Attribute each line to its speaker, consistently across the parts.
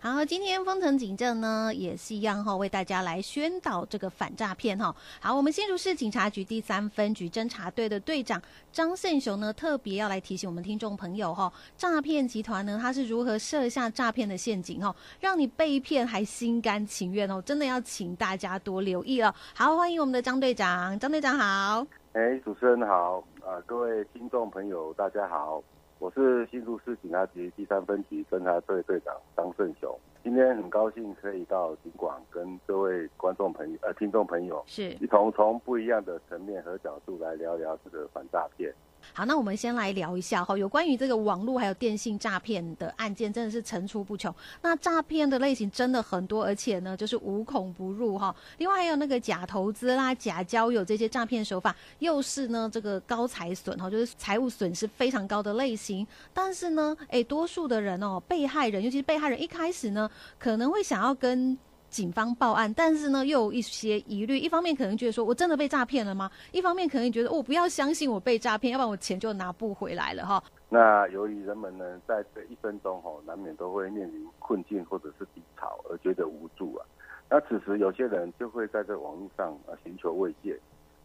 Speaker 1: 好，今天丰藤警政呢也是一样哈、为大家来宣导这个反诈骗哈、好，我们新竹市警察局第三分局侦查队的队长张胜雄呢，特别要来提醒我们听众朋友哈、诈骗集团呢他是如何设下诈骗的陷阱哈、让你被骗还心甘情愿哦，真的要请大家多留意了。好，欢迎我们的张队长，张队长好。
Speaker 2: 哎，主持人好，啊、各位听众朋友大家好，我是新竹市警察局第三分局侦查队队长张胜雄。今天很高兴可以到警广跟各位观众朋友呃听众朋友
Speaker 1: 是
Speaker 2: 一同从不一样的层面和角度来聊聊这个反诈骗。
Speaker 1: 好，那我们先来聊一下哈，有关于这个网络还有电信诈骗的案件，真的是层出不穷。那诈骗的类型真的很多，而且呢，就是无孔不入哈。另外还有那个假投资啦、假交友这些诈骗手法，又是呢这个高财损哈，就是财务损失非常高的类型。但是呢，诶，多数的人哦，被害人，尤其是被害人一开始呢，可能会想要跟。警方报案，但是呢，又有一些疑虑。一方面可能觉得说我真的被诈骗了吗？一方面可能觉得我、哦不要相信我被诈骗，要不然我钱就拿不回来了哈。
Speaker 2: 那由于人们呢，在这一生中吼、难免都会面临困境或者是低潮而觉得无助啊。那此时有些人就会在这网络上啊寻求慰藉，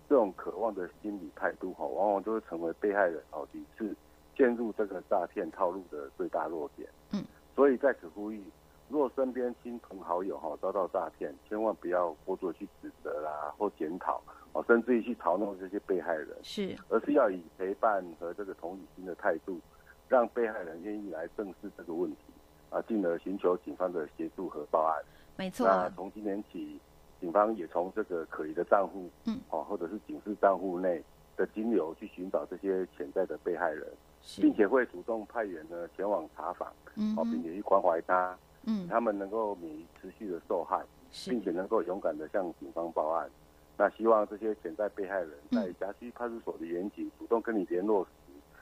Speaker 2: 这种渴望的心理态度吼、往往就会成为被害人哦屡次陷入这个诈骗套路的最大弱点。
Speaker 1: 嗯，
Speaker 2: 所以在此呼吁，若身边亲朋好友哈、遭到诈骗，千万不要过多去指责啦或检讨哦，甚至于去嘲弄这些被害人。
Speaker 1: 是，
Speaker 2: 而是要以陪伴和这个同理心的态度，让被害人愿意来正视这个问题啊，进而寻求警方的协助和报案。
Speaker 1: 没错。
Speaker 2: 那从今年起，警方也从这个可疑的账户，
Speaker 1: 嗯，
Speaker 2: 哦，或者是警示账户内的金流去寻找这些潜在的被害人，
Speaker 1: 是
Speaker 2: 并，且会主动派员呢前往查访，
Speaker 1: 嗯
Speaker 2: 哦，并
Speaker 1: 哼
Speaker 2: 且去关怀他，
Speaker 1: 嗯，
Speaker 2: 他们能够免于持续的受害。并且
Speaker 1: 是，
Speaker 2: 能够勇敢的向警方报案。那希望这些潜在被害人
Speaker 1: 嗯
Speaker 2: 在辖区派出所的员警主动跟你联络时，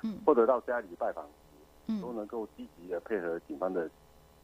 Speaker 1: 嗯
Speaker 2: 或者到家里拜访时，都
Speaker 1: 嗯
Speaker 2: 能够积极的配合警方的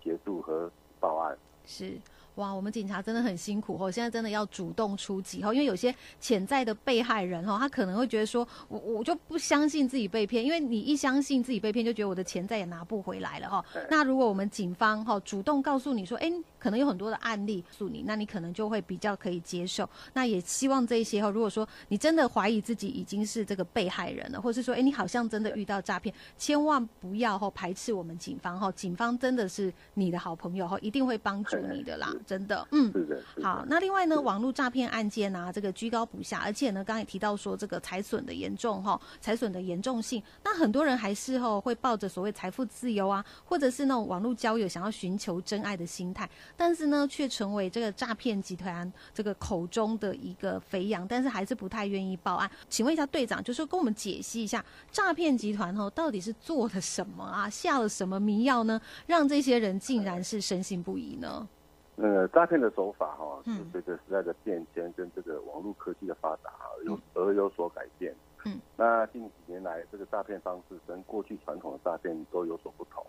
Speaker 2: 协助和报案。
Speaker 1: 是。哇，我们警察真的很辛苦哦！现在真的要主动出击哦，因为有些潜在的被害人哦，他可能会觉得说，我我就不相信自己被骗，因为你一相信自己被骗，就觉得我的钱再也拿不回来了哦。
Speaker 2: 对
Speaker 1: 那如果我们警方哈、主动告诉你说，哎，可能有很多的案例诉你，那你可能就会比较可以接受。那也希望这一些哈、如果说你真的怀疑自己已经是这个被害人了，或是说，哎，你好像真的遇到诈骗，千万不要哈、排斥我们警方哈、警方真的是你的好朋友哈、一定会帮助你的啦，真的，嗯。
Speaker 2: 是的，是的。
Speaker 1: 好，那另外呢，网络诈骗案件啊，这个居高不下，而且呢，刚才也提到说这个财损的严重哈，财损的严重性，那很多人还是吼会抱着所谓财富自由啊，或者是那种网络交友想要寻求真爱的心态，但是呢，却成为这个诈骗集团这个口中的一个肥羊，但是还是不太愿意报案。请问一下队长，就是跟我们解析一下诈骗集团吼到底是做了什么啊，下了什么迷药呢，让这些人竟然是深信不疑呢？
Speaker 2: 呃，诈骗的手法哈、
Speaker 1: 嗯
Speaker 2: 是随着时代的变迁跟这个网络科技的发达啊有而有所改变。
Speaker 1: 嗯，
Speaker 2: 那近几年来，这个诈骗方式跟过去传统的诈骗都有所不同，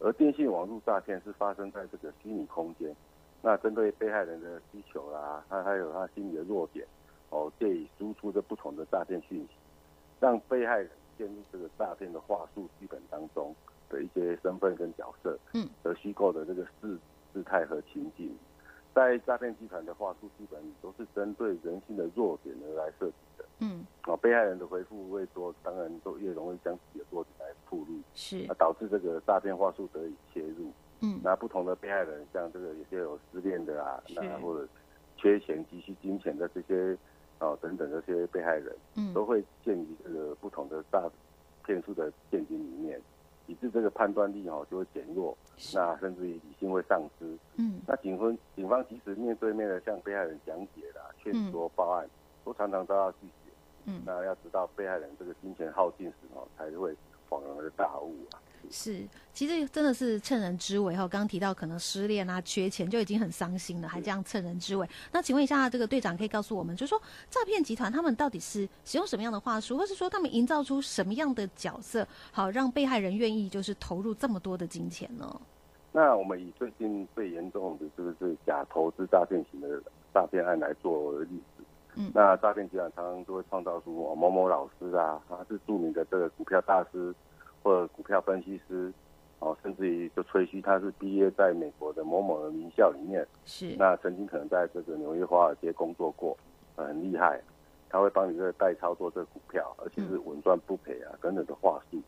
Speaker 2: 而电信网络诈骗是发生在这个虚拟空间，那针对被害人的需求啦、他还有他心理的弱点，哦，借以输出这不同的诈骗讯息，让被害人陷入这个诈骗的话术剧本当中的一些身份跟角色，
Speaker 1: 嗯，
Speaker 2: 和虚构的这个事事态和情境，在诈骗集团的话术剧本里都是针对人性的弱点而来设计的。
Speaker 1: 嗯，
Speaker 2: 哦，被害人的回复越多，当然都越容易将自己的弱点来暴露，
Speaker 1: 是
Speaker 2: 啊，，导致这个诈骗话术得以切入。
Speaker 1: 嗯
Speaker 2: 那不同的被害人，像这个有些有失恋的啊，
Speaker 1: 是
Speaker 2: 那或者缺钱、急需金钱的这些哦等等这些被害人，
Speaker 1: 嗯
Speaker 2: 都会鉴于这个不同的诈骗术的陷阱里面，以致这个判断力哦就会减弱，
Speaker 1: 是
Speaker 2: 那甚至于理性会丧失。
Speaker 1: 嗯
Speaker 2: 那警方警方即使面对面的向被害人讲解啦、劝说、报案，都常常遭到拒绝。
Speaker 1: 嗯，
Speaker 2: 那要知道被害人这个金钱耗尽时哦，才会恍然而大悟啊。
Speaker 1: 是，其实真的是趁人之危哈。刚刚提到可能失恋啊、缺钱就已经很伤心了，还这样趁人之危。那请问一下，这个队长可以告诉我们，就是说诈骗集团他们到底是使用什么样的话术，或是说他们营造出什么样的角色，好让被害人愿意就是投入这么多的金钱呢？
Speaker 2: 那我们以最近最严重的就是这个假投资诈骗型的诈骗案来做例子。
Speaker 1: 嗯
Speaker 2: 那诈骗集团常常就会创造出哦某某老师啊，他是著名的这个股票大师或者股票分析师，哦，甚至于就吹嘘他是毕业在美国的某某的名校里面，
Speaker 1: 是
Speaker 2: 那曾经可能在这个纽约华尔街工作过，呃很厉害，他会帮你这个代操作这个股票，而且是
Speaker 1: 嗯
Speaker 2: 稳赚不赔啊等等的话术。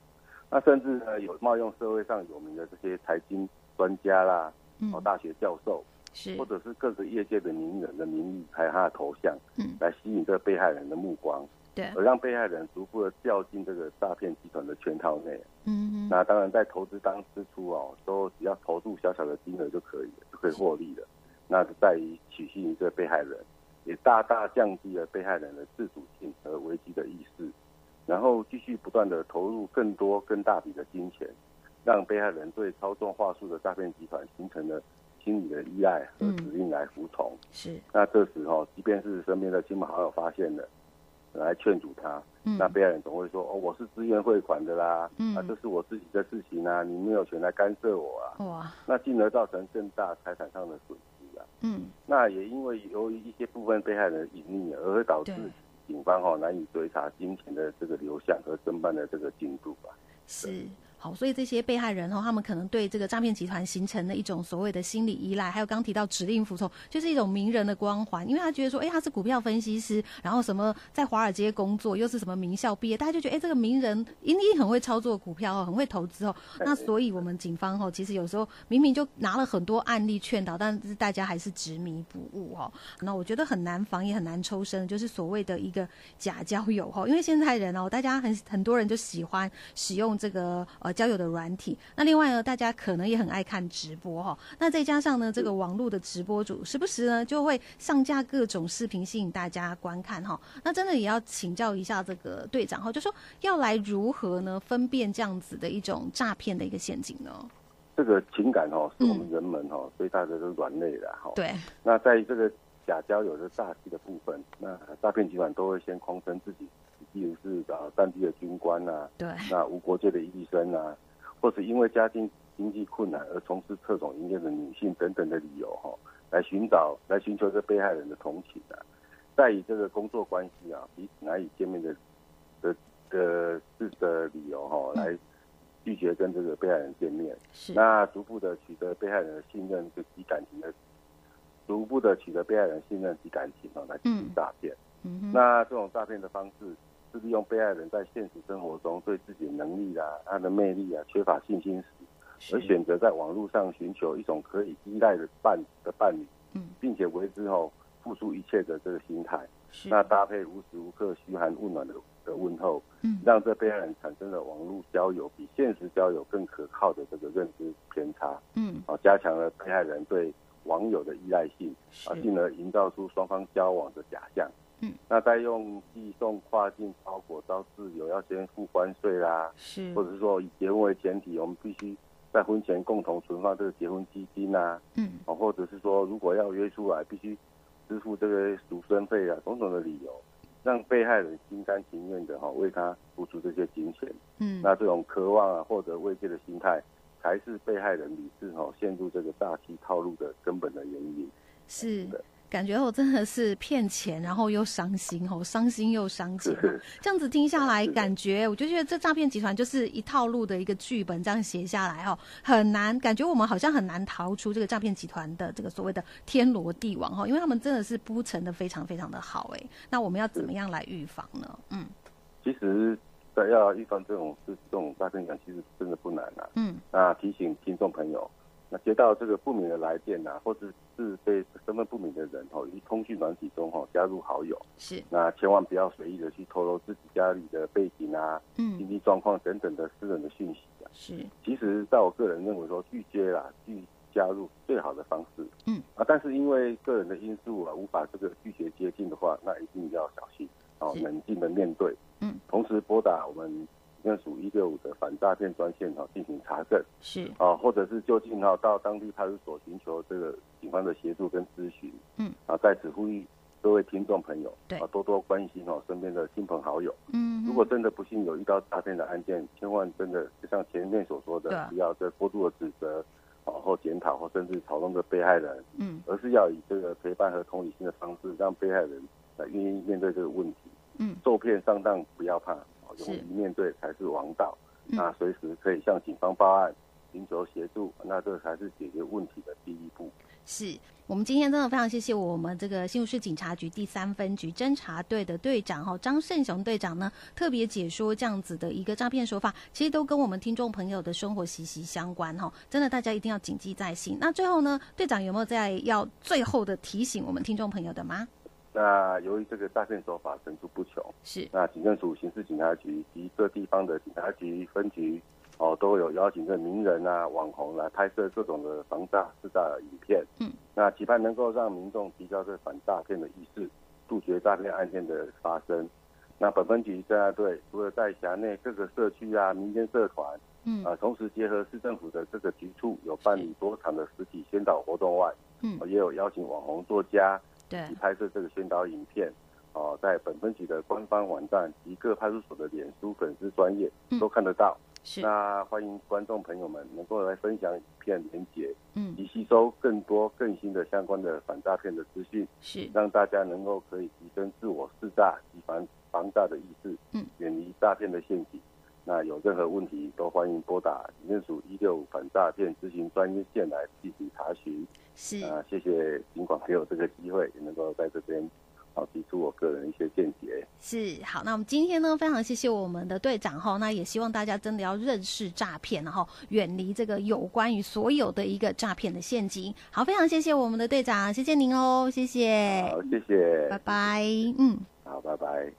Speaker 2: 那甚至呢，有冒用社会上有名的这些财经专家啦，
Speaker 1: 嗯
Speaker 2: 哦，大学教授，
Speaker 1: 是
Speaker 2: 或者是各个业界的名人的名义，还有他的头像，
Speaker 1: 嗯
Speaker 2: 来吸引这个被害人的目光，
Speaker 1: 对
Speaker 2: 而让被害人逐步的掉进这个诈骗集团的圈套内。
Speaker 1: 嗯哼
Speaker 2: 那当然，在投资当之初哦，都只要投入小小的金额就可以了，就可以获利了。那在于取信于这个被害人，也大大降低了被害人的自主性和危机的意识，然后继续不断的投入更多更大笔的金钱，让被害人对操纵话术的诈骗集团形成了心理的依赖和指令来服从。
Speaker 1: 是
Speaker 2: 那这时候，即便是身边的亲朋好友发现了，来劝阻他，
Speaker 1: 嗯
Speaker 2: 那被害人总会说：“哦，我是自愿汇款的啦，
Speaker 1: 嗯
Speaker 2: 啊，这是我自己的事情啊，你没有权来干涉我啊。
Speaker 1: 哇”
Speaker 2: 那进而造成更大财产上的损失啊。
Speaker 1: 嗯
Speaker 2: 那也因为由于一些部分被害人隐匿，而会导致
Speaker 1: 对
Speaker 2: 警方哈、哦、难以追查金钱的这个流向和侦办的这个进度啊吧。
Speaker 1: 是。好，所以这些被害人哦，他们可能对这个诈骗集团形成了一种所谓的心理依赖，还有刚提到指令服从，就是一种名人的光环，因为他觉得说，哎，他是股票分析师，然后什么在华尔街工作，又是什么名校毕业，大家就觉得，哎，这个名人一定很会操作股票哦，很会投资哦。那所以我们警方哦，其实有时候明明就拿了很多案例劝导，但是大家还是执迷不悟哦。那我觉得很难防，也很难抽身，就是所谓的一个假交友哈、因为现在人哦，大家很很多人就喜欢使用这个呃交友的软体。那另外呢，大家可能也很爱看直播哈、那再加上呢，这个网络的直播主时不时呢就会上架各种视频吸引大家观看哈、那真的也要请教一下这个队长哈、就说要来如何呢分辨这样子的一种诈骗的一个陷阱呢？
Speaker 2: 这个情感哈、哦、是我们人们哈、哦最大的这个软肋了哈。
Speaker 1: 嗯对，
Speaker 2: 那在这个假交友的诈欺的部分，那诈骗集团都会先空称自己，例如是啊战地的军官啊，
Speaker 1: 对，
Speaker 2: 那无国界的医生啊，或是因为家境经济困难而从事特种营业的女性等等的理由哈、来寻找来寻求这被害人的同情啊，再以这个工作关系啊彼此难以见面的的的是的理由哈、来拒绝跟这个被害人见面。
Speaker 1: 是，
Speaker 2: 那逐步的取得被害人的信任及感情的，逐步的取得被害人信任及感情哦，来进行诈骗。
Speaker 1: 嗯哼，
Speaker 2: 那这种诈骗的方式是利用被害人在现实生活中对自己的能力啊、他的魅力啊缺乏信心时，而
Speaker 1: 是
Speaker 2: 选择在网络上寻求一种可以依赖的伴的伴侣，
Speaker 1: 嗯，
Speaker 2: 并且为之后付出一切的这个心态。
Speaker 1: 是，
Speaker 2: 那搭配无时无刻嘘寒问暖的的问候，
Speaker 1: 嗯
Speaker 2: 让这被害人产生了网络交友比现实交友更可靠的这个认知偏差。
Speaker 1: 嗯
Speaker 2: 啊，加强了被害人对网友的依赖性，
Speaker 1: 是
Speaker 2: 啊，进而营造出双方交往的假象。
Speaker 1: 嗯，
Speaker 2: 那再用寄送跨境包裹招致有要先付关税啦，
Speaker 1: 是
Speaker 2: 或者是说以结婚为前提，我们必须在婚前共同存放这个结婚基金啊，
Speaker 1: 嗯
Speaker 2: 啊，或者是说如果要约出来，必须支付这个赎身费啊，种种的理由，让被害人心甘情愿的哈、为他付出这些金钱。
Speaker 1: 嗯
Speaker 2: 那这种渴望啊或者慰藉的心态，才是被害人屡次哦陷入这个诈欺套路的根本的原因。
Speaker 1: 是
Speaker 2: 的。
Speaker 1: 感觉我真的是骗钱，然后又伤心哦，伤心又伤钱哦
Speaker 2: 是。
Speaker 1: 这样子听下来，
Speaker 2: 是的
Speaker 1: 感觉我就觉得这诈骗集团就是一套路的一个剧本，这样写下来哦，很难，感觉我们好像很难逃出这个诈骗集团的这个所谓的天罗地网哦，因为他们真的是铺陈的非常非常的好哎。那我们要怎么样来预防呢？嗯
Speaker 2: 其实，在要预防这种事、这种诈骗讲，其实真的不难啊。
Speaker 1: 嗯，
Speaker 2: 那提醒听众朋友，那接到这个不明的来电啊，或者是被身份不明的人哦，于通讯软体中哦加入好友，
Speaker 1: 是
Speaker 2: 那千万不要随意的去透露自己家里的背景啊、经
Speaker 1: 嗯
Speaker 2: 济状况等等的私人的讯息啊。
Speaker 1: 是
Speaker 2: 其实，在我个人认为说，拒接啦、拒加入最好的方式。
Speaker 1: 嗯
Speaker 2: 啊，但是因为个人的因素啊，无法这个拒绝接近的话，那一定要小心哦，
Speaker 1: 是
Speaker 2: 冷静的面对。
Speaker 1: 嗯，
Speaker 2: 同时拨打我们警署一六五的反诈骗专线哦进行查证
Speaker 1: 是
Speaker 2: 啊，或者是就近哈到当地派出所寻求这个警方的协助跟咨询。
Speaker 1: 嗯，
Speaker 2: 啊，在此呼吁各位听众朋友，
Speaker 1: 对
Speaker 2: 啊，多多关心哦身边的亲朋好友。
Speaker 1: 嗯，
Speaker 2: 如果真的不幸有遇到诈骗的案件，千万真的就像前面所说
Speaker 1: 对
Speaker 2: 的
Speaker 1: 啊，
Speaker 2: 不要再过度的指责，啊或检讨，或甚至嘲弄的被害人，
Speaker 1: 嗯
Speaker 2: 而是要以这个陪伴和同理心的方式，让被害人来愿意面对这个问题。
Speaker 1: 嗯
Speaker 2: 受骗上当不要怕，啊勇
Speaker 1: 是
Speaker 2: 于面对才是王道。
Speaker 1: 嗯
Speaker 2: 那随时可以向警方报案，寻求协助，那这才是解决问题的第一步。
Speaker 1: 是我们今天真的非常谢谢我们这个新竹市警察局第三分局侦查队的队长哈张胜雄队长呢，特别解说这样子的一个诈骗手法，其实都跟我们听众朋友的生活息息相关哈，真的大家一定要谨记在心。那最后呢，队长有没有在要最后的提醒我们听众朋友的吗？
Speaker 2: 那由于这个诈骗手法层出不穷，
Speaker 1: 是
Speaker 2: 那警政署刑事警察局及各地方的警察局分局，哦，都有邀请这名人啊、网红来、拍摄各种的防诈、制诈的影片。
Speaker 1: 嗯，
Speaker 2: 那期盼能够让民众提高这反诈骗的意识，杜绝诈骗案件的发生。那本分局侦查队除了在辖内各个社区啊、民间社团
Speaker 1: 嗯
Speaker 2: 啊，同时结合市政府的各个局处，有办理多场的实体宣导活动外，
Speaker 1: 嗯
Speaker 2: 哦也有邀请网红作家。
Speaker 1: 对
Speaker 2: 及拍摄这个宣导影片，哦，在本分局的官方网站及各派出所的脸书粉丝专业
Speaker 1: 嗯
Speaker 2: 都看得到。
Speaker 1: 是
Speaker 2: 那欢迎观众朋友们能够来分享影片连结，
Speaker 1: 嗯
Speaker 2: 以吸收更多更新的相关的反诈骗的资讯，
Speaker 1: 是
Speaker 2: 让大家能够可以提升自我试诈及防防诈的意识，
Speaker 1: 嗯，
Speaker 2: 远离诈骗的陷阱。那有任何问题都欢迎拨打警政署一六五反诈骗咨询专业线来进行查询。
Speaker 1: 是。
Speaker 2: 啊，谢谢尽管给我这个机会，也能够在这边好、提出我个人一些见解。
Speaker 1: 是好，那我们今天呢，非常谢谢我们的队长哈，那也希望大家真的要认识诈骗，然后远离这个有关于所有的一个诈骗的陷阱。好，非常谢谢我们的队长，谢谢您哦，谢谢，
Speaker 2: 好，谢谢，
Speaker 1: 拜拜，嗯。
Speaker 2: 好，拜拜。